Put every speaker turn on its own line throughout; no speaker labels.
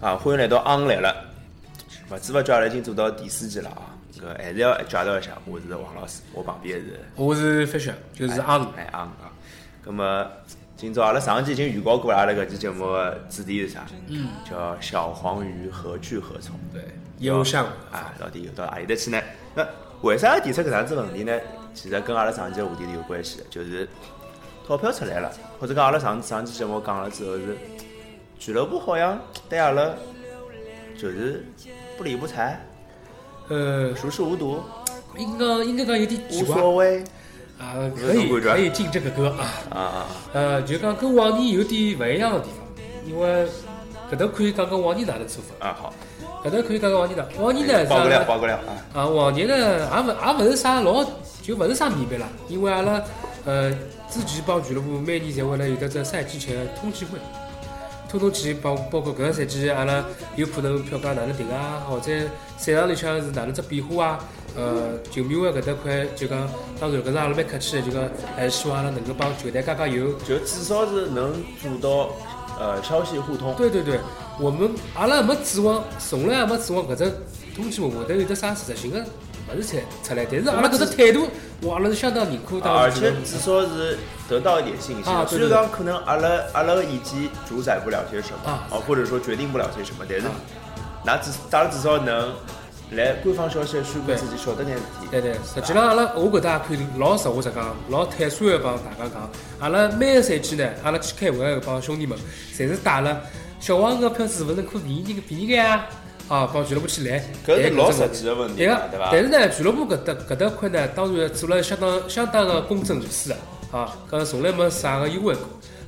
啊，欢迎来到昂来了。勿知勿觉阿拉已经做到第四季了啊，搿个还是要介绍一下，我是王老师，我旁边是
我是 Fisher，就是阿鲁。
哎昂啊。葛么，今朝阿拉上一期已经预告过了，阿拉搿期节目的主题是啥？嗯，叫小黄鱼何去何从？
对，忧伤
啊，到底游到何里搭去呢？那为啥提出搿样子问题呢？其实跟阿拉上一期话题是有关系的，就是套票出来了，或者讲阿拉上上期节目讲了之后是，俱乐部好像对阿拉就是不理不睬，
呃，
熟视无睹，
应该应该讲有点奇
无
怪
所谓
啊，
有
可
种
以
感觉
可以进这个歌啊。
啊啊
呃，就讲跟往年有点勿一样的地方，因为搿搭可以讲跟往年哪能做法，
啊！好，
搿搭可以讲跟往年哪，往年呢是
爆
阿
个料，
拉
爆个料啊！
啊，往年呢也勿也勿是啥老，就勿是啥秘密啦，因为阿拉呃之前帮俱乐部每年侪会了有得只赛季前的通气会。通通去包包括搿个赛季，啊阿拉有可能票价哪能定啊，或者赛场里向是哪能只变化啊？呃，球迷会搿搭块就讲，当然搿是阿拉蛮客气的，就讲还是希望阿拉能够帮球队加加油。
就至少是能做到呃消息互通，
对对对，我们阿拉没指望，从来也没指望搿只通气文会得有得啥实质性个物事出出来，但是阿拉搿只态度，哇，阿拉是相当认可当
啊而
时的
且至少是得到一点信息
啊
的。虽
对对
然讲可能阿拉阿拉的意见主宰不了些什么，
啊
啊，或者说决定不了些什么，但是
啊
那至大家至少能来官方消息宣布自己晓得点事体。
对对，实际上阿拉我搿搭可以老实话实讲，老坦率个帮大家讲，阿拉每个赛季呢，阿拉去开会个帮兄弟们，侪是带了小王搿票子勿是可便宜点便宜眼啊，啊帮俱乐部去来，
搿是
谈
老
搿只
实际的问题
对
嘛
个
对伐
但是呢，俱乐部搿搭搿搭块呢，当然做了相当相当个公正无私个，啊，搿从来没啥个优惠过。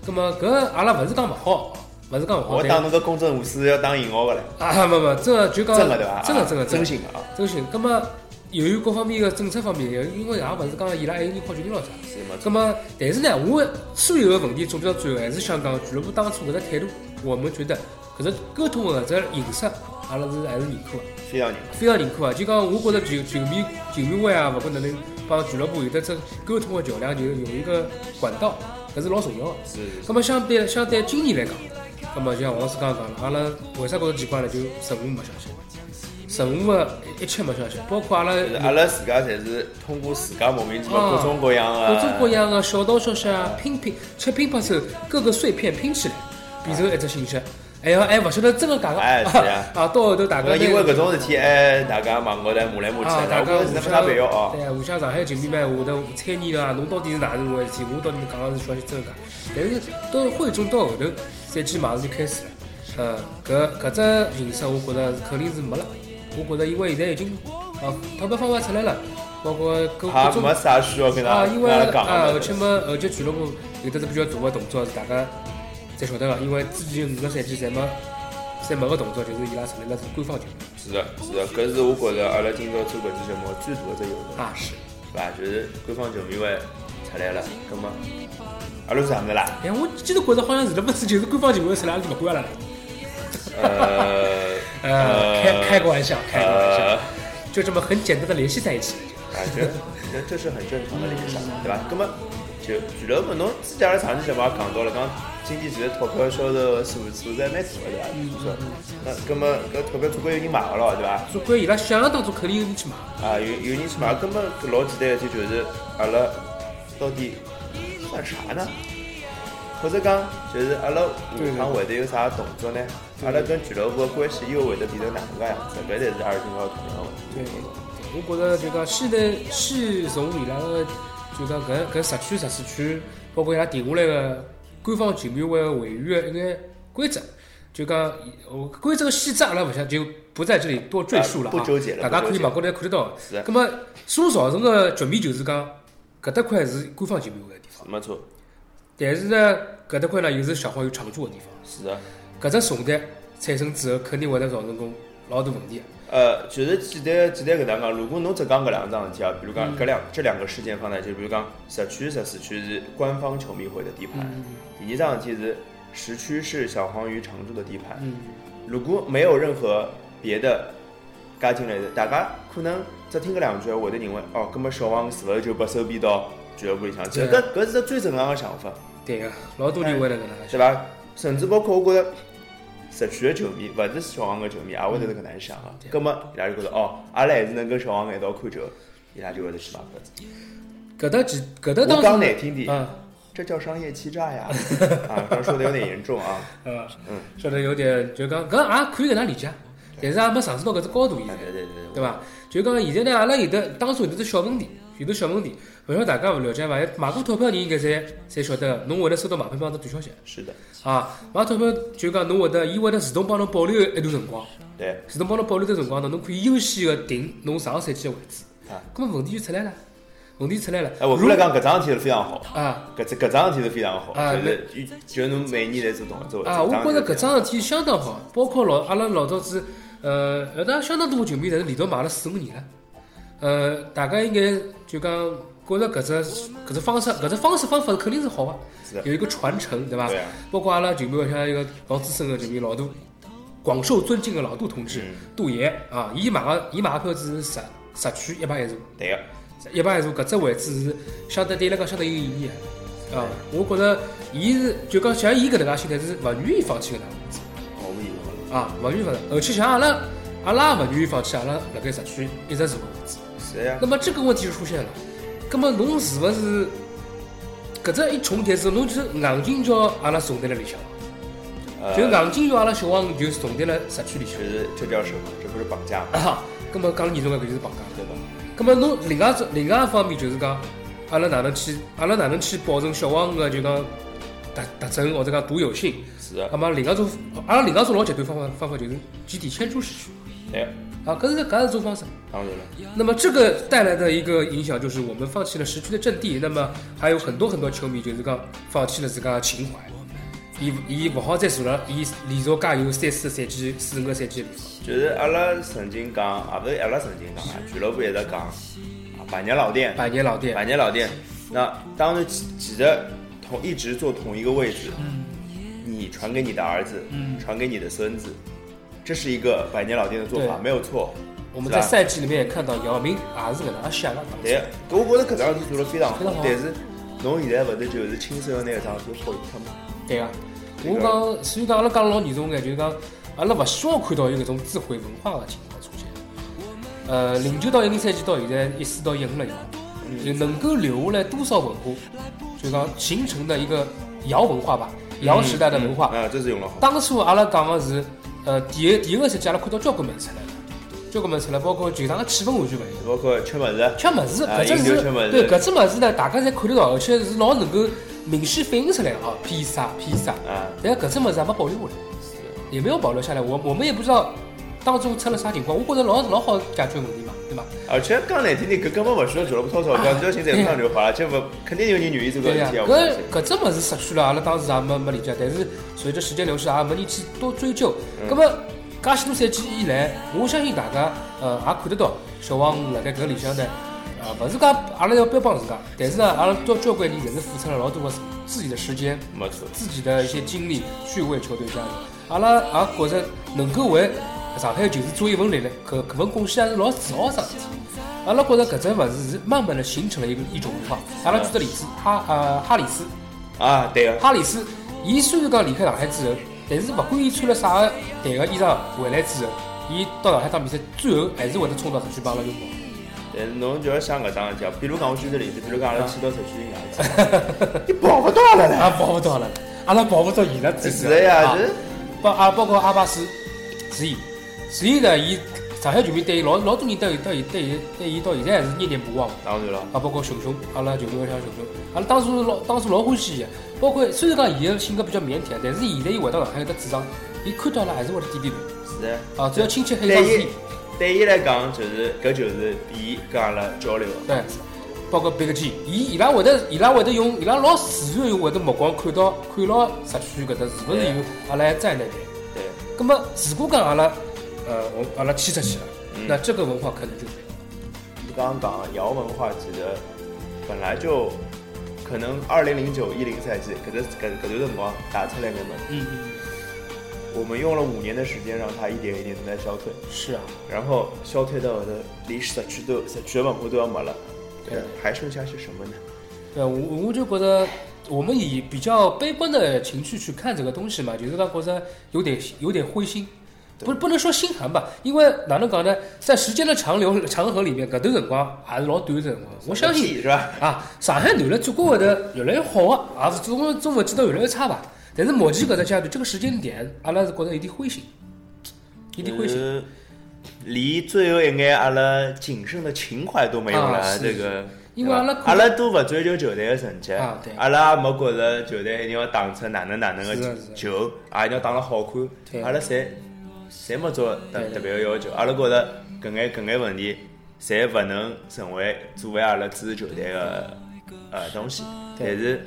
葛末搿阿拉勿是讲勿好，勿是讲勿好，
我
但
当侬个公正无私要当引号个嘞，
啊，没没，这就讲
真的对伐？
真
啊
个真个
真心的啊，
真心。葛么，由于各方面个政策方面，因为也勿是讲伊拉还有人靠决定了啥。
是没错
葛么，但是呢，我所有个问题总结到最后，还是想讲俱乐部当初搿只态度，我们觉得搿只沟通个搿只形式，阿拉是还是认可个。
非常认可。
非常认可啊！就讲，我觉着球球迷球迷会啊，勿管哪能帮俱乐部有得只沟通个桥梁，就有一个管道，搿是老重要个。
是是
葛么相对相对今年来讲，葛么就像王老师刚刚讲了，阿拉为啥觉着奇怪呢？就任何没消息，任何个一切没消息，包括阿拉
就是阿拉自家侪是通过自家莫名其妙
啊
各种各样的，
各种各样的小道消息啊，拼拼吃拼拼凑各个碎片拼起来，变成一只信息。哎呀，哎，勿晓得真个假个，
哎是呀
啊，到后头大家
搿因为
呢
搿种事体，哎，大家忙高头磨来磨去
啊，，
我
大家
觉着
互
是没
相
啥必要哦。
对啊，互相上海球迷们，我的猜疑啦，侬到底是哪能回事体？我到底讲的是消息真的假？但是到会中到后头，赛季马上就开始了。呃，搿搿只形式，我觉着肯定是没了。我觉着，因为现在已经啊，投票方法出来了，包括各各
也
种
啊没啥需要跟他
啊，
跟
因为
他讲
啊，而
的
且嘛，而且俱乐部有得是比较大的动作是大家侪晓得个，因为之前五个赛季侪没侪没个动作，就是伊拉成立了是官方球队
是的，是的，搿是我觉着阿拉今朝做搿期节目最大的只优势，
啊，是。
是伐？就是官方球迷会出来了，葛么阿拉是啥物事啦？
哎，我记得觉着好像是那不是就是官方情况出来，阿拉就不管了啦。
呃
呃，开开个玩笑，开个玩
呃
笑，，就这么很简单的联系在一起。
啊，这这这是很正常的联想，对吧？葛么就俱乐部侬之前阿拉上期节目也讲到了，讲今年其实套票销售的数数字还蛮大的，啊
嗯
对吧？不错。那葛么搿套票总归有人买个咯，对吧？
总归伊拉想象当中肯定有人去买，
啊，有有人去买，根本老简单的，就就是阿拉到底算啥呢？或者讲，就是阿拉下趟会得有啥动作呢？阿拉跟俱乐部的关系又会得变成哪能个样子？搿才是阿拉今朝讨论的问题。
我觉着就讲先能先从伊拉个就讲搿搿十区十四区，包括伊拉定下来个官方球迷会会员个一眼规则，就讲我规则个细则阿拉勿想就不在这里多赘述了
啊不纠结了
大家可
不纠
以
结
网高头看得到。
是
葛么所造成个局面就是讲搿搭块是官方球迷会个地方。
没错，
但是呢，搿搭块呢又是小黄有常驻的地方，
是的。
搿只重担产生之后，肯定会得造成功老大问题的。啊
呃，就是简单简单搿能讲，如果侬只讲搿两桩事体啊，比如讲搿两这两个事件放在一起，比如讲十区、十四区是官方球迷会的地盘，第二桩事体是十区是小黄鱼常驻的地盘。
嗯，
如果没有任何别的加进来的，大家可能只听搿两句，会得认为哦，搿么小王是勿是就被收编到俱乐部里向去了？
对啊
搿搿是只最正常的想法，
对个，老多人会了搿能介
对伐？甚至包括我觉着社区的球迷，勿是小王个球迷，也会得搿能想啊。
对
搿么伊拉就觉着哦，阿拉还是能跟小王一道看球，伊拉就会得去买票子。
搿搭几搿搭
我
当
讲
时
难听点，
啊
这叫商业欺诈呀！啊，刚说的有点严重啊。
呃，说得有点就讲搿也可以搿能理解，啊但是也没上升到搿只高度现在
啊，对对对，
对伐？就讲现在呢，阿拉有的当初有得小问题，有得小问题，勿晓得大家勿了解伐？买过套票的人应该侪侪晓得，侬会得收到买票帮的短消息
是的，
啊。买套票就讲侬会得，伊会得自动帮侬保留一段辰光，
对。
自动帮侬保留一段辰光呢，侬可以优先个定侬上个赛季个位置。
啊
咁么问题就出来了，问题出来了。
哎，我
如
过来讲搿桩事体是非常好。
啊
搿只搿桩事体是非常好，
啊
就是就是侬每年来做动作。
啊，我觉着搿
桩
桩事体相当好，包括老阿拉老早子，呃，有得相当多个球迷，侪是连续买了四五年了。呃，大家应该就讲觉着搿只搿只方式，搿只方式方法肯定是好
是
个，
的
有一个传承，对伐？
对啊
包括阿拉球迷像一个老资深个球迷老杜，广受尊敬个老杜同志，
嗯
杜爷啊，伊买个伊买个票子是十十区一百一十五。
对啊个，
一般来说，搿只位置是相对对伊来讲相当有意义个。啊，我觉着伊是就讲像伊搿能介心态是勿愿意放弃搿能介位置
毫无疑问，
啊，勿愿意放弃。而且像阿拉阿拉也勿愿意放弃阿拉辣盖社区一直坐个位置。
是啊呀
那，么这个问题就出现了，葛么侬是勿是搿只一重叠之后，侬就是硬劲叫阿拉重叠辣里向，
呃
就硬劲叫阿拉小王就重叠辣社区里向
就。是这叫什么？这不是绑架吗？
啊，葛么讲了严重点，搿就是绑架。
对吧？
咁么侬另外一种另外一方面就是讲，阿拉哪能去阿拉哪能去保证小王个就讲特特征或者讲独有性？
是啊的
那，么另外一种阿拉另外一种老极端方法方法就是集体迁出市区
对个，
啊，搿是搿是一种方式。
当然了，
那么这个带来的一个影响就是我们放弃了时区的阵地，那么还有很多很多球迷就是讲放弃了自家的情怀，伊伊勿好再坐了，伊连续加油三四个赛季、四五个赛季的地方。
就是阿拉曾经讲，也勿是阿拉曾经讲啊，俱乐部一直讲，啊百年老店，
百年老店，
百年老店。那当然，其其实同一直坐同一个位置，
嗯
你传给你的儿子，传给你的孙子，这是一个百年老店的做法，
对
没有错。
我们
是吧
在赛季里面也看到姚明也是搿能写个档次。
对，搿我觉着搿桩事体做了非常好
非常好，
但是侬现在勿是就是亲手要拿搿桩事体毁脱嘛？
对啊，
这
我
个
讲，所以讲阿拉讲老严重眼，就是讲阿拉勿希望看到有搿种智慧文化个情况出现。呃，零九到一零赛季到现在一四到一五了以
嗯
后，就能够留下来多少文化，就讲形成的一个姚文化吧，
嗯
姚时代的文化。
啊，这是用了好。
当初阿拉讲个是，呃，第一第一个赛季阿拉看到交关物事出来了，交关物事出来，包括球场个气氛完全勿一样。
包括吃物事，
吃物事，
啊
搿只
饮
是
酒吃物事
对搿只物事呢，大家侪看得到，而且是老能够明显反映出来的啊，披萨披萨。
啊，
但搿只物事也没保留下来，也没有保留下来。我我们也不知道当中出了啥情况，我觉着老老好解决问题嘛，对吧？
而且讲难听点，搿根本勿需要俱乐部掏钞票，只要寻赞助商就好了。这勿肯定有人愿意做搿
对
事
呀、
体啊，我相信。
搿搿只物事失去了，阿拉当时也没没理解，但是随着时间流逝，也没人去多追究。葛么介许多赛季以来，我相信大家呃也看得到，小王辣盖搿里向呢，呃勿是讲阿拉要标榜自家，但是呢，阿拉交交关人也是付出了老多个自己的时间。
没错，
自己的一些经历去为球队加油。阿拉也觉着能够为上海球市做一份力量，搿搿份贡献还是老自豪的事体。阿拉觉着搿只物事是慢慢的形成了一个一种文化。阿拉举个例子，哈呃哈里斯，
啊，对个，
哈里斯，伊虽然讲离开上海之后，但是勿管伊穿了啥个队个衣裳回来之后，伊到上海打比赛，最后还是会得冲到社区帮阿拉拥抱。
但是侬就要想搿桩事体啊。比如讲，我举个例子，比如讲阿拉去到社区里向， 你跑勿到了啦。
啊，保不到了，阿拉保不到伊了，真
是的呀
啊
这
包啊，包括阿巴斯，是伊，是伊呢，伊上海球迷对伊老老多人对伊对伊对伊对伊到现在还是念念不忘的。
当然了，
啊，包括熊熊，阿拉球迷像熊熊，阿拉当初老当初老欢喜伊的，包括虽然讲伊的性格比较腼腆，但是现在伊回到上海有得主场，伊看到了还是会得点点头。
是的。
啊，只要亲切黑
对
上是伊
伊，，对伊来讲，就是搿就是比跟阿拉交流。啊
对，包括 Big G，伊伊拉会得伊拉会得用伊拉老自然用会得目光看到看牢社区搿搭是勿是有阿拉还在那边。
对，
咁么，如果讲阿拉呃，我把它踢出去了，那这个文化可能就没了。
你刚刚讲洋文化，其实本来就可能二零零九一零赛季搿个搿搿段辰光打出来的嘛，
嗯嗯，
我们用了五年的时间让它一点一点的在消退，
是啊，
然后消退到后头连社区都社区的文化都要没了，
对
呃还剩下些什么呢？
对，我我就觉得我们以比较悲观的情绪去看这个东西嘛，就是讲觉着有点有点灰心，不不能说心寒吧，因为哪能讲呢，在时间的长流长河里面，搿段辰光还是老短的辰光，我相信
是吧？
啊，上海男篮总归会得越来越好啊，也是总归总勿见得越来越差吧。但是目前搿只阶段，这个时间点，阿拉是觉得有点灰心，有点灰心。
呃离最后一眼阿拉谨慎的情怀都没有了，
啊是
这个。
因为阿拉
对吧阿拉都勿追求球队的成绩
啊对，
阿拉也没觉着球队一定要打出哪能哪能
是
的
的是的
球，啊也一定要打了好看
对。
阿拉侪侪没做特
对对
特别的要求，阿拉觉着搿眼搿眼问题，侪勿能成为作为阿拉支持球队的呃东西。但
对
是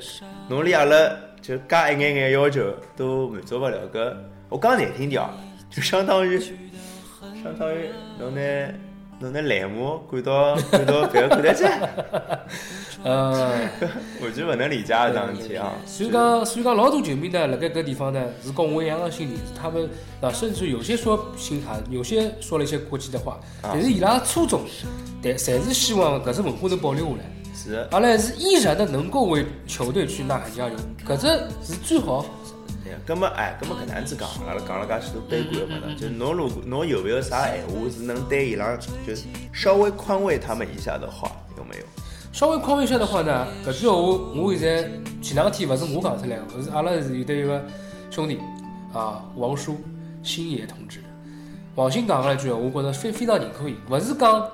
侬连阿拉就加一眼眼要求都满足勿了，搿我讲难听点哦，就相当于。相当于侬拿侬拿栏目赶到赶到别个看台去，
呃，
完全勿能理解搿桩事体啊！
所以讲，所以讲，老多球迷呢，辣盖搿地方呢，是跟我一样的心理，他们啊，甚至有些说心寒，有些说了一些过激的话，但是伊拉的初衷，但侪是希望搿只文化能保留下来。
是，
阿拉还是依然的能够为球队去呐喊加油，搿只是最好。
哎呀，葛末哎，葛末搿能样子讲，阿拉讲了介许多悲观
嗯
的物事，就是侬如果侬有没有啥闲话是能对伊拉就是稍微宽慰他们一下的话，有没有？
稍微宽慰一下的话呢，搿句闲话我现在前两天勿是我讲出来的，是阿拉是有得一个兄弟啊，王叔星爷同志，王鑫讲了一句闲话，我觉着非非常认可伊，勿是讲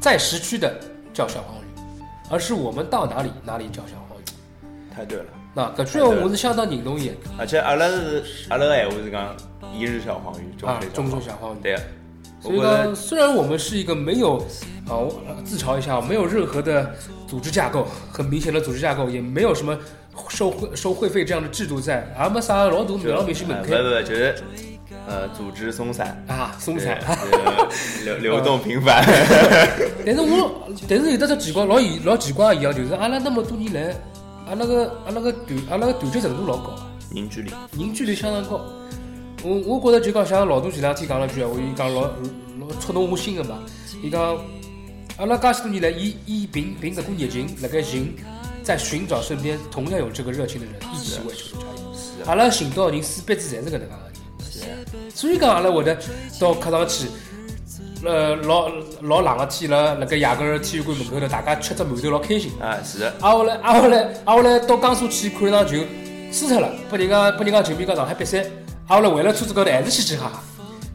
在时区的叫小黄鱼，而是我们到哪里哪里叫小黄鱼。
太对了，
那搿句闲话我是相当认同伊的
而且阿拉是阿拉个闲话是讲一日小黄鱼，终
啊
身，
中
小黄
中
鱼。
小黄鱼。
对，我
所以
觉着
呢，虽然我们是一个没有，啊，我自嘲一下，没有任何的组织架构，很明显的组织架构，也没有什么收会收会费这样的制度在，也没啥老多老明星门
哎
槛
不不不，就是呃，组织松散，
啊，松散。
对，流流动频繁。
但是我，但是有的只奇怪，老奇老奇怪一样，就是阿拉那么多年来，阿拉个阿拉个团阿拉个团结程度老高，
凝聚力。
凝聚力相当高。我我觉着就讲像老杜前两天讲了句闲话，伊讲老老触动我心的嘛。伊讲阿拉介许多年来，伊伊凭凭搿股热情，辣盖寻在寻找身边同样有这个热情的人，一起为球队加
啊是
油。
啊
阿拉寻到的人四辈子侪是搿能介个人，所以讲阿拉会得到客场去。呃，老老冷个天了，辣盖夜个体育馆门口头，大家吃只馒头老开心。
啊，是的，
啊，后来啊，后来啊，后来到江苏去看一场球，输脱了，被人家被人家球迷讲上海比赛，啊，后来回来车子高头还是嘻嘻哈哈，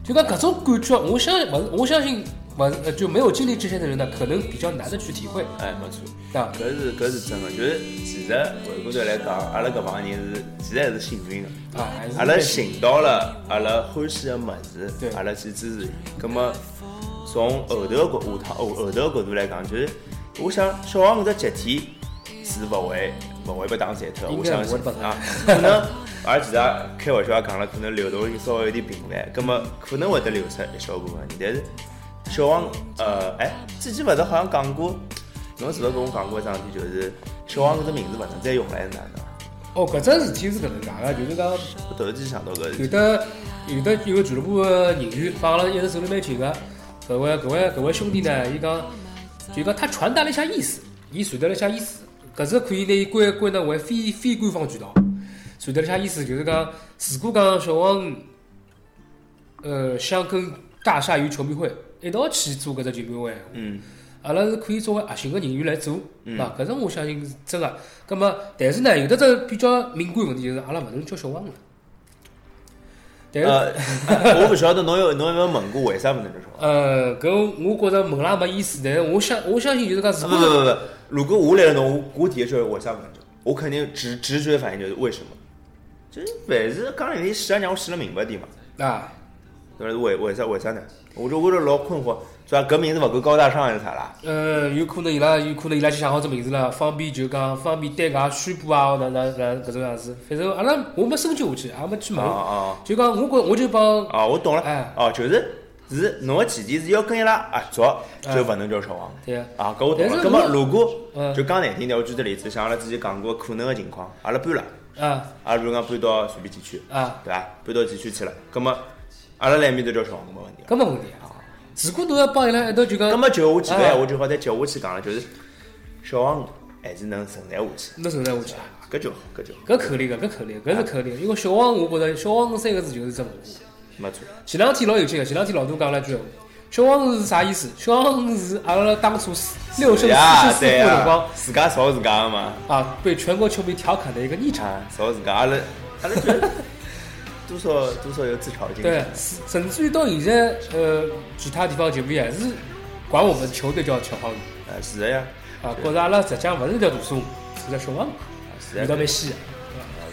就讲搿种感觉，我相信，我我相信，勿是呃就没有经历这些的人呢，可能比较难的去体会，
哎，没错，
啊，
搿是搿是真的，就是其实回过头来讲，阿拉搿帮人是其实还是幸运的，
啊，还是
阿拉寻到了阿拉欢喜的物事
对，
阿拉去支持伊。葛么从后头的角下趟后后头的角度来讲，就是我想小王搿只集体是勿会勿会被打散脱的，
应
我
该
相
勿会
信
被打
啊，可能。而其实开玩笑也讲了，可能流动性稍微有点频繁，葛么可能会得流失一小部分人，但是。小王，呃，哎，之前勿是好像讲过，侬是勿是跟我讲过一桩事体，就是小王搿只名字勿能再用了，还是哪能？
哦，搿只事体是搿能介个，就是讲
我突然间想到搿
有
事，
的有的有个俱乐部的人员帮阿拉一直走得蛮近个，搿位搿位搿位兄弟呢，伊讲就讲他传达了一下意思，伊传达了一下意思，搿是可以拿伊归归纳为非非官方渠道，传达了一下意思，就是讲如果讲小王，呃，想跟大鲨鱼球迷会一道去做搿只球迷会，
嗯，
阿拉是可以作为核心个人员来做，啊，搿种我相信是真个。葛末，但是呢，有的只比较敏感问题就是阿拉勿能叫小王了。但是，
呃，我勿晓得侬有侬有没有问过为啥勿能叫小王？
呃，搿我觉着问了也没意思，但是我相我相信就是讲，如
啊不不
果
不不，如果我来了侬，我我第一句为啥勿能叫？我肯定直直觉反应就是为什么？就是凡是讲难听，死也让我死了明白点嘛。
啊，
对伐？为为啥为啥呢？我就我就老困惑，主要搿名字勿够高大上还是啥啦？
呃，有可能伊拉有可能伊拉就想好只名字了，方便就讲方便对外宣布啊，哪哪哪搿种样子。反正阿拉我没深究下去，也没去
啊
问，
啊
就讲我觉我就帮
啊！我懂了，
哎
哦，就是是侬个前提是要跟伊拉啊合作，就勿能叫小黄。
对啊
啊，搿我懂
但
了。
是
葛么
如
如果
嗯
就讲难听点，我举个例子，像阿拉之前讲过可能个情况，阿拉搬了，
啊
阿拉比如讲搬到随便几区，
啊，
对伐？搬到几区去了，葛么阿拉来面头叫小黄没问题啊。
搿没问题啊。如果侬要帮伊拉一道就讲，
葛么就我几个
啊
闲话就好再接下去讲了，就是小黄还是能存在下去，
侬存在下去啊。
搿就好，搿就好，
搿口令个，搿口令，搿是口令，因为小王，我觉着小王三个字就是只文化。
没错。
前两天老有劲个，前两天老杜讲了一句闲话，小王是啥意思？小王是阿拉当初四六胜四
呀
十，四负
啊对
的辰光
呀，自家嘲自家个嘛，
啊，被全国球迷调侃的一个昵称。
啊，嘲自家，阿拉阿拉觉得多少多少有自嘲的精
对
神。，
甚至于到现在，呃，其他地方球迷还是管我们球队叫小黄鱼
呃，是的呀，
啊，觉着阿拉实际上勿是叫大松，是叫小黄鱼，
是啊
味
的
道，蛮鲜的。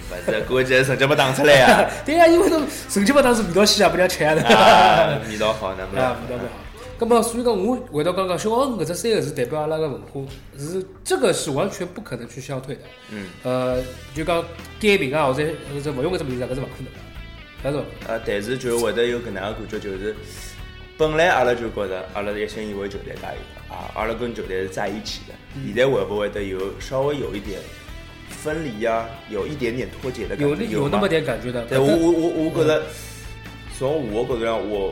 勿是的，关键成绩没打出来 呀，
啊对呀、因为侬成绩嘛，当时味道鲜啊，不要吃啊。对吧
啊，味道好，那么
啊，味道蛮好。那么，所以讲，我回到刚刚，小黄鱼搿只三个字代表阿拉个文化，是这个是完全不可能去消退的。
嗯，
呃，就讲改名啊，或者或者勿用搿只名字啊，搿是勿可能的，搿是勿可能的。
啊，但是就会得有搿能样感觉，就是本来阿拉就觉着阿拉一心一为球队加油的啊，阿拉跟球队是在一起的，
嗯
现在会不会得有稍微有一点分离呀、有一点点脱节的感
有
觉？
那
有
有那
吗
么点嗯感觉的。
对我我我我觉得，从我角度上，我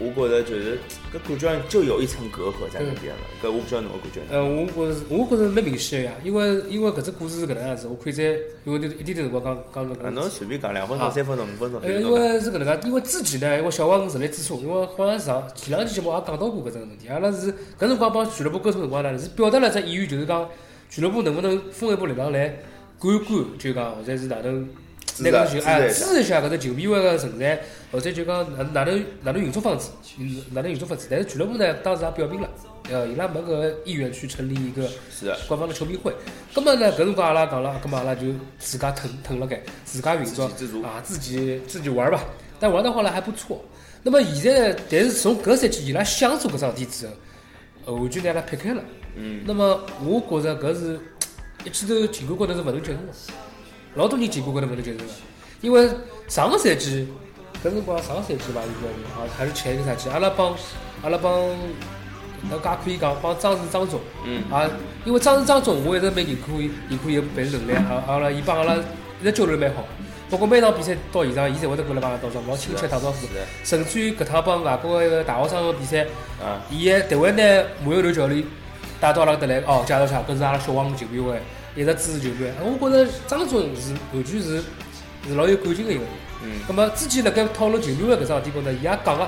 我觉得就是搿感觉上就有一层隔阂在那边了。
嗯
搿我不晓得侬个感觉呢。
呃，我觉着是我觉着蛮明显的呀，因为因为搿只故事是搿能样子，我可以在因为一点点辰光讲讲了
啊，
搿
侬
个。
随便讲两分
啊
钟、三分钟、五分钟，
呃，
随便
因
侬讲。
为是搿能介，因为之前呢，因为小王鱼成立之初，因为好像上前两期节目也讲到过搿只问题，阿拉是搿辰光帮俱乐部沟通辰光呢，是表达了只意愿，就是讲俱乐部能不能分一部力量来管管，就讲或者是哪能。
支
那
持
个球哎，
支
支持一下搿只球迷会个存在，或者就讲哪哪能哪能运作方式，嗯哪能运作方式。但是俱乐部呢，当时也表明了，呃，伊拉没搿个意愿去成立一个
是的
官方的球迷会。葛么呢，搿辰光阿拉讲了，葛么阿拉就自家腾腾了该，自家运作
自给自足
啊，自己自己玩吧。但玩的话呢还不错。那么现在呢，但是从搿赛季伊拉想做搿桩事体之后，呃，完全拿伊拉撇开了。嗯。那么我觉着搿是一记头情感高头是勿能接受的。老多人情感高头勿能接受的，因为上个赛季，搿辰光上个赛季吧，应该是啊还是前一个赛季，阿拉帮阿拉帮，大家可以讲帮张志张总，
嗯
啊，因为张志张总我一直蛮认可伊，认可伊个办事能力，啊阿拉伊帮阿拉一直交流蛮好，包括每场比赛到现场，伊侪会得过来帮阿拉打招呼，老亲切打招呼
是的，
甚至于搿趟帮外国一个大学生个比赛。
啊，
伊个台湾呢，马友刘教练带到阿拉搿搭来，哦，介绍一下，搿是阿拉小王球迷会，一直支持球迷会。我觉着张总是完全是是老有感情个一个人。
嗯
葛么之前辣盖讨论球迷会搿桩事体高头，伊也讲个，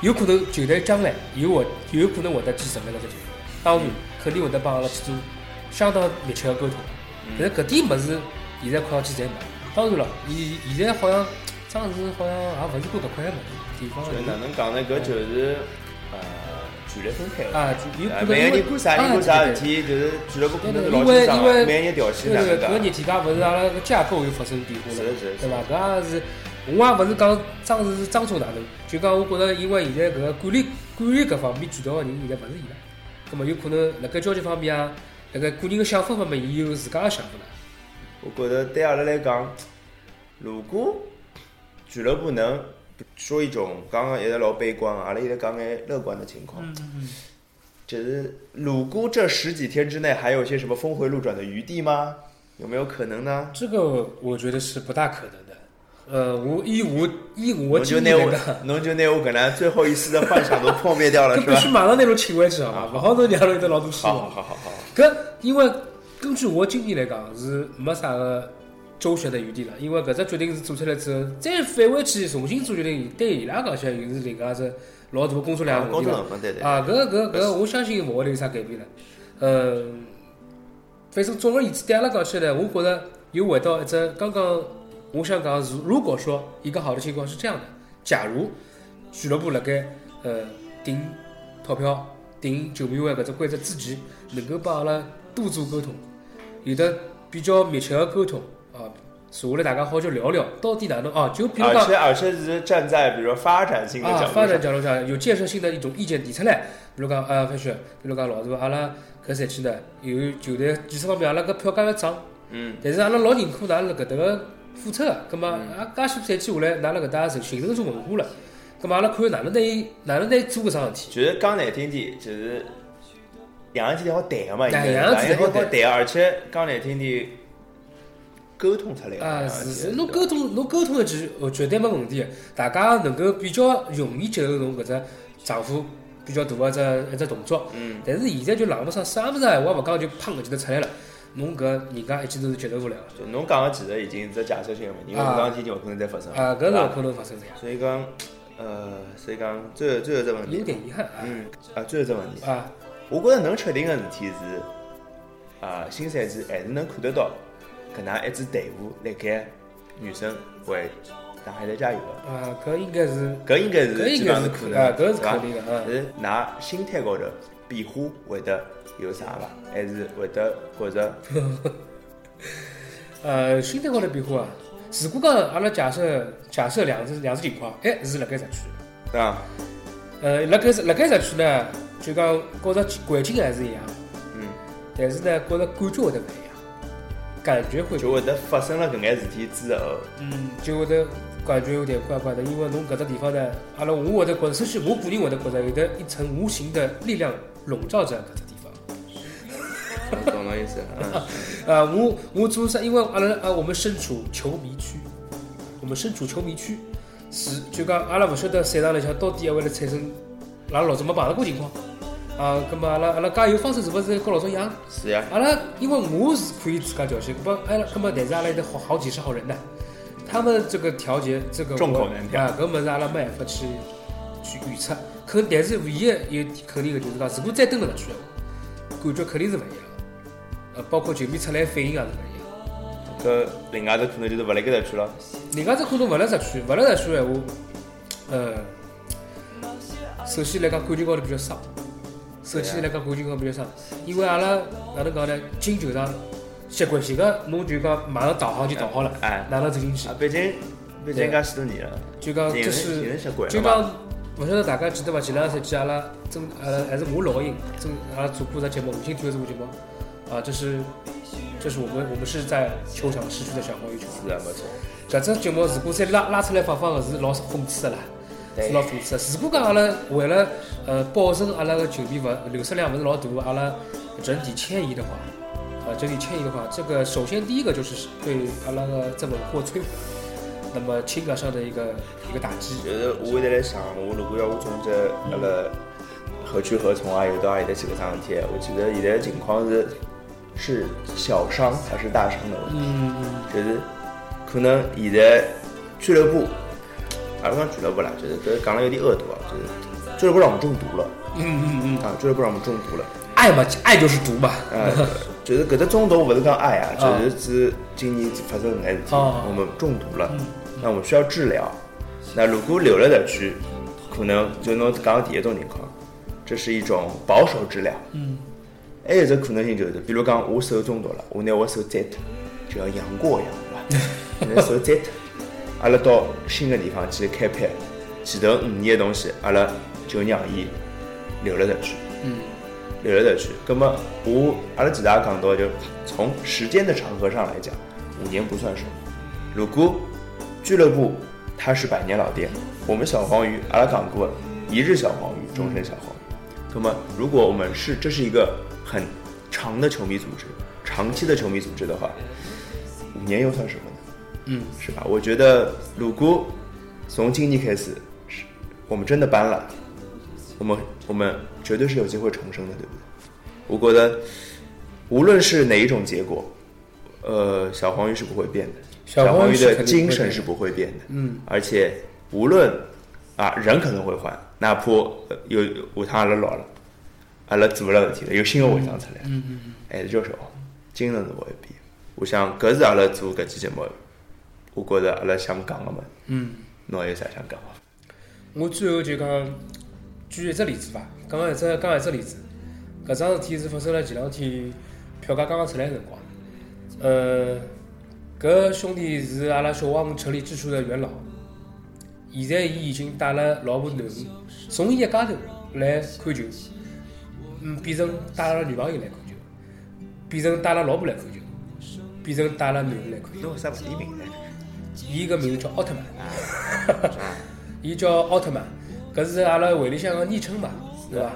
有可能球队将来有会有可能会得去成立搿只球队，当然肯定会得帮阿拉去做相当密切个沟通。但是搿点物事现在看上去侪没。当然了，伊现在好像张氏好像也勿是过搿块个物事，地方
就
的
哪能讲呢？搿就是呃，权力分开了。
嗯啊，有
啊
可能
每
因
个
为
人干啥人
啊
干啥
对
事
对
体，就是俱乐部可能是
因
老
为
紧张
因为
的，每年调薪
对
哪能
对，搿个
讲
热？体价勿是阿拉个架构又发生变化了
是是，是
对伐？搿也是，我也勿是讲张是张总哪能，就讲我觉着，因为现在搿个管理管理搿方面主导个人现在勿是伊拉，葛末有可能辣盖交接方面啊，辣盖个人个想法方面，伊有自家个想法了。
我觉得对阿拉来讲，如果俱乐部能说一种刚刚一直老悲观，啊阿拉现在讲眼乐观的情况，
嗯
就是如果这十几天之内还有些什么峰回路转的余地吗？有没有可能呢？
这个我觉得是不大可能的。呃，我以我以我
侬
的
就
经
拿
验来讲，
我，侬就拿我搿能最后一丝的幻想都破灭掉 了，
搿
是
必
吧
须？马上拿侬请回去好伐？勿好侬让侬有得老多失
好
望
好。好好好，
搿因为根据我经验来讲是没啥个周旋的余地了，因为搿只决定是做出来之后，再返回去重新做决定，对伊拉讲起来又是另外一只老大的工作量的
高
问题
中
了。
成分对对，
啊，搿搿搿，我相信勿会有啥改变了。呃，反正总而言之，对阿拉讲起来，我觉着又回到一只刚刚我想讲，如如果说一个好的情况是这样的，假如俱乐部辣盖呃顶套票、顶球迷会搿只规则之前，能够帮阿拉多做沟通，有的比较密切的沟通啊，坐下来大家好叫聊聊，到底哪能啊？就比如
而
讲
且而且是站在比如说发展性的角
啊，
度
发
上，
展角度上有建设性的一种意见提出来，比如讲啊，范雪，比如讲老师傅，阿拉搿赛季呢，有球队技术方面阿拉搿票价要涨，
嗯，
但是阿拉老认啊可㑚辣搿搭个付出，葛末啊，介许多赛季下来，㑚辣搿搭形成一种文化了。咁嘛阿拉看哪能拿伊哪能拿伊做搿桩事体。
就是讲难听点，就是两样事体好谈个嘛，
对
现在
两样事体
好
好
谈
谈，
而且讲难听点，沟通出来个
啊，
两样
是
事
是，
体
侬沟通侬沟通一句，呃，绝对没问题的。大家能够比较容易接受侬搿只丈夫比较大个只一只动作。
嗯。
但是现在就冷不上，啥物事闲话勿讲，就砰搿记头出来了。侬搿人家一记头是接受勿了
就侬讲个其实已经是假设性个问题，因为搿
啊
桩事体已经勿可能再发生
的
了
啊，搿
对
是
伐
勿可能发生的呀，
所以讲，呃，所以讲最后最后只问
有
题，
点遗憾啊
嗯，啊，最后只问题，
啊
我觉着能确定个事体是，啊，新赛季还是能看得到搿能一支队伍辣盖女生为上海队加油个，
啊，搿应该是
搿应该
搿
是
应
基本
该
上
是
可能
啊
的，，
搿是
对
可
伐
能的啊
但。是㑚心态高头变化会得有啥伐？还是会得觉着
呃，心态高头变化啊，如果讲阿拉假设假设两只两只情况，哎，是辣盖社区。
啊，
呃，辣盖辣盖社区呢，就讲觉着环境还是一样，
嗯，
但是呢，觉着感觉会得勿一样，感觉会
就会得发生了搿眼事体之后，
嗯，就会得感觉有点怪怪的，因为侬搿只地方呢，阿拉我会得觉着，首先我个人会得觉着有得一层无形的力量笼罩着搿只地方。
我懂侬意思， 嗯，
呃，我我做啥？因为阿拉啊，我们身处球迷区，我们身处球迷区，是就讲阿拉勿晓得赛场里向到底还会来产生阿拉老早没碰到过情况啊。葛末阿拉阿拉加油方式是勿是跟老早一样？
是呀，
阿拉因为我是可以自家调节，不，哎，那么但是阿拉有的好好几十号人呢，他们这个调节这个
众口难调
啊，搿物事阿拉没办法去去预测。可但是唯一有肯定的就是讲，如果再蹲了上去，感觉肯定是勿一样。呃，包括球迷出来反应也是勿一样。
搿另外只可能就是勿辣盖头去了，
人家只可能勿辣社区，勿辣社区的闲话，呃，首先来讲感情高头比较伤，首先来讲感情高头比较伤，因为阿拉哪能讲呢？进球场习惯性个，侬就讲马上导航就导好了，
哎
哪能走进去
啊？，毕竟毕竟
对
人
呃
家许多年了，
就讲
形
这
成形成
是
习惯
就
了嘛，
讲勿晓得大家记得伐？前两个赛季阿拉真阿呃拉还是我老鹰真阿拉做过只节目，五星体育做过节目啊，这是这是我们我们是在球场失去的小黄鱼球场。
是啊，没错，
搿只节目如果再拉拉出来放放个是老讽刺个啦，
对
是老讽刺的。如果讲阿拉为了呃保证阿拉个球迷勿流失量勿是老大，阿拉呃整体迁移的话，啊整体迁移的话，这个首先第一个就是对阿拉个这文化摧毁，那么情感上的一个一个打击。
就是我会得来想，我如果要我总结阿拉何去何从啊，有到阿里搭去搿桩事体，我觉得现在情况是是小伤还是大伤的问题。
嗯，
就是可能现在俱乐部，也勿讲俱乐部啦，就是搿讲了有点恶毒啊，就是俱乐部让我们中毒了，嗯嗯嗯，啊，俱乐部让我们中毒了，
爱嘛，爱就是毒嘛。
呃，就是搿只中毒勿是讲爱啊，
啊
就是指今年发生搿眼事体，
哦
我们中毒了，那我们需要治疗，那如果留了社区，可能就侬讲第一种情况，这是一种保守治疗，
嗯，
还有一只可能性就是，比如讲我手中毒了，我拿我手摘脱，就像杨过一样， 对伐？拿手摘脱，阿拉到新个地方去开辟，前头五年的东西，阿拉就让伊留了下去，嗯，留了下去。葛么我阿拉其实也讲到，就从时间的长河上来讲，五年不算什么。如果俱乐部它是百年老店，我们小黄鱼阿拉讲过了，一日小黄鱼，终身小黄鱼。那么，如果我们是这是一个很长的球迷组织，长期的球迷组织的话，五年又算什么呢？
嗯，
是吧？我觉得，如果从今年开始，是我们真的搬了，我们我们绝对是有机会重生的，对不对？我觉得，无论是哪一种结果，呃，小黄鱼是不会变的，
小
小
黄
黄
鱼
鱼
是
的
肯定不会
精
变
神
的
是不会变的。
嗯，
而且无论啊人可能会换，哪怕呃有下趟阿拉老了，阿拉做勿了事体了，有新的会长出来，
嗯嗯
还是叫什么？精神是勿会变。我想搿是阿拉做搿期节目，我觉着阿拉想讲个嘛，
嗯。
侬还有啥想讲伐？
我最后就讲举一只例子吧，讲一只讲一只例子。搿桩事体是发生了前两天票价刚刚出来个辰光。呃，搿兄弟是阿拉小黄成立之初的元老，现在伊已经带了老婆囡儿，从伊一家头来看球，嗯，变成带了女朋友来看球，变成带了老婆来看球，变成带了囡儿来看球。
侬为啥勿提名呢？
伊个名字叫奥特曼。伊叫奥特曼，搿是阿拉会里向个昵称嘛，对伐？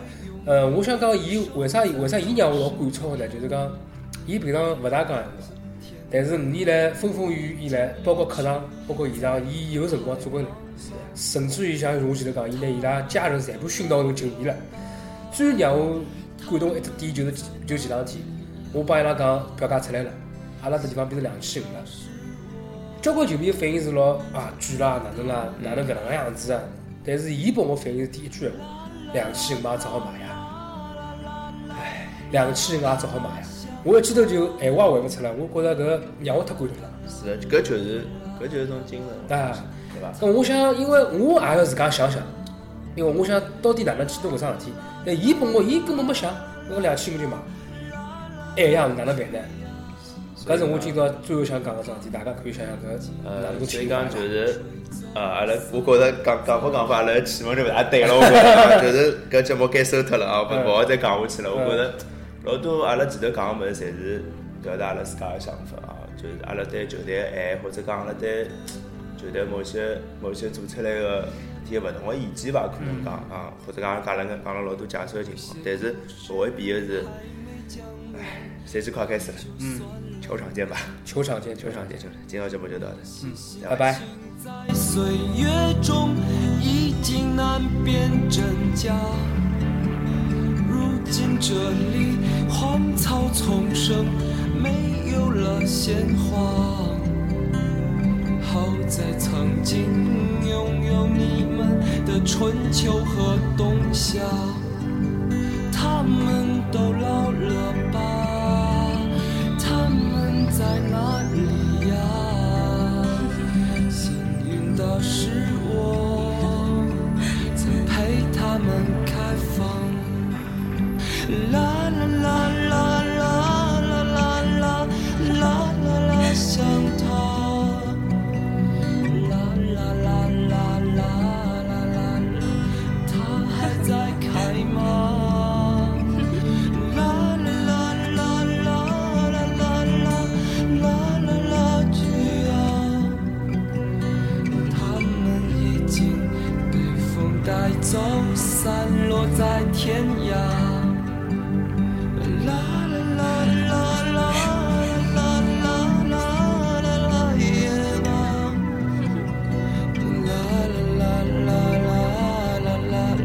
呃，我想讲伊为啥为啥伊让我老感触的呢？就是讲伊平常勿大讲闲话，但是五年来风风雨雨以来，包括课堂，包括现场，伊有辰光做过来，甚至于像我前头讲，伊拿伊拉家人全部熏到成球迷了。最让我感动一只点就是就前两天，我帮伊拉讲票价出来了，阿拉搿地方变成两千五了。交关球迷反应是老啊贵啦，哪能啦，哪能搿能个样子啊？但是伊帮我反应是第一句闲话，两千五也只好买呀，唉，两千五也只好买呀。我一记头就闲话也回勿出来，我觉着搿让我太感动了
是的，搿就是搿就是种精神，
啊！
对伐？
搿我想，因为我也要自家想想，因为我想到底哪能去做搿桩事体。但伊帮我，伊根本没想，我两千五就买，哎呀，哪能办呢？搿是我今朝最后想讲搿桩事体，大家可以想想搿哪能
呃，
够
所
去
以讲
办啦
就是，呃，阿拉我觉着讲讲法讲法，阿拉气氛就勿大对了，我觉着就是搿节目该收脱了啊，勿
嗯
勿好再讲下去了。我
嗯
觉着老多阿拉前头讲个物事，侪是表达阿拉自家个想法啊，就是阿拉对球队个爱，或者讲阿拉对球队某些某些做出来个点勿同个意见吧，可能讲啊，或者讲讲了讲了老多解释个情况，但是勿会变个是，唉，赛季快开始了，嗯，球场见吧，
球场见，球
球
场
场
见
见，，球场见，今朝节目就到这，嗯，
拜拜。
在岁月中已经难辨真假。如今这里荒草丛生，没有了鲜花。好在曾经拥有你们的春秋和冬夏，他们都老了吧？他们在哪里呀？幸运的是我，曾陪他们开放。啦啦啦啦啦啦啦啦啦啦啦，想他。啦啦啦啦啦啦啦啦，他还在开吗？啦啦啦啦啦啦啦啦啦啦啦，去啊！他们已经被风带走，散落在天涯。啦啦啦啦啦啦啦啦啦啦耶啦！啦啦啦啦啦啦啦，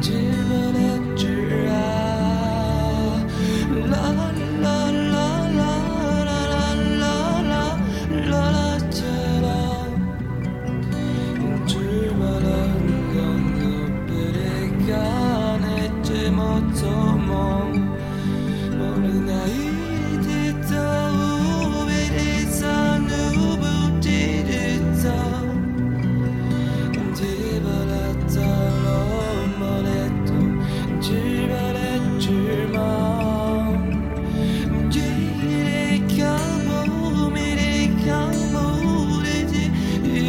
寂寞的枝啊！啦啦啦啦啦啦啦啦啦啦啦，啦。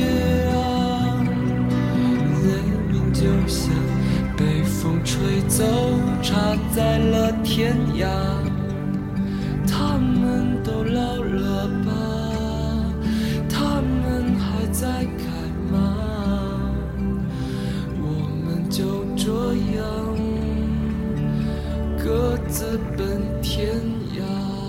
Yeah. 人民就像被风吹走，插在了天涯。他们都老了吧？他们还在开吗？我们就这样各自奔天涯。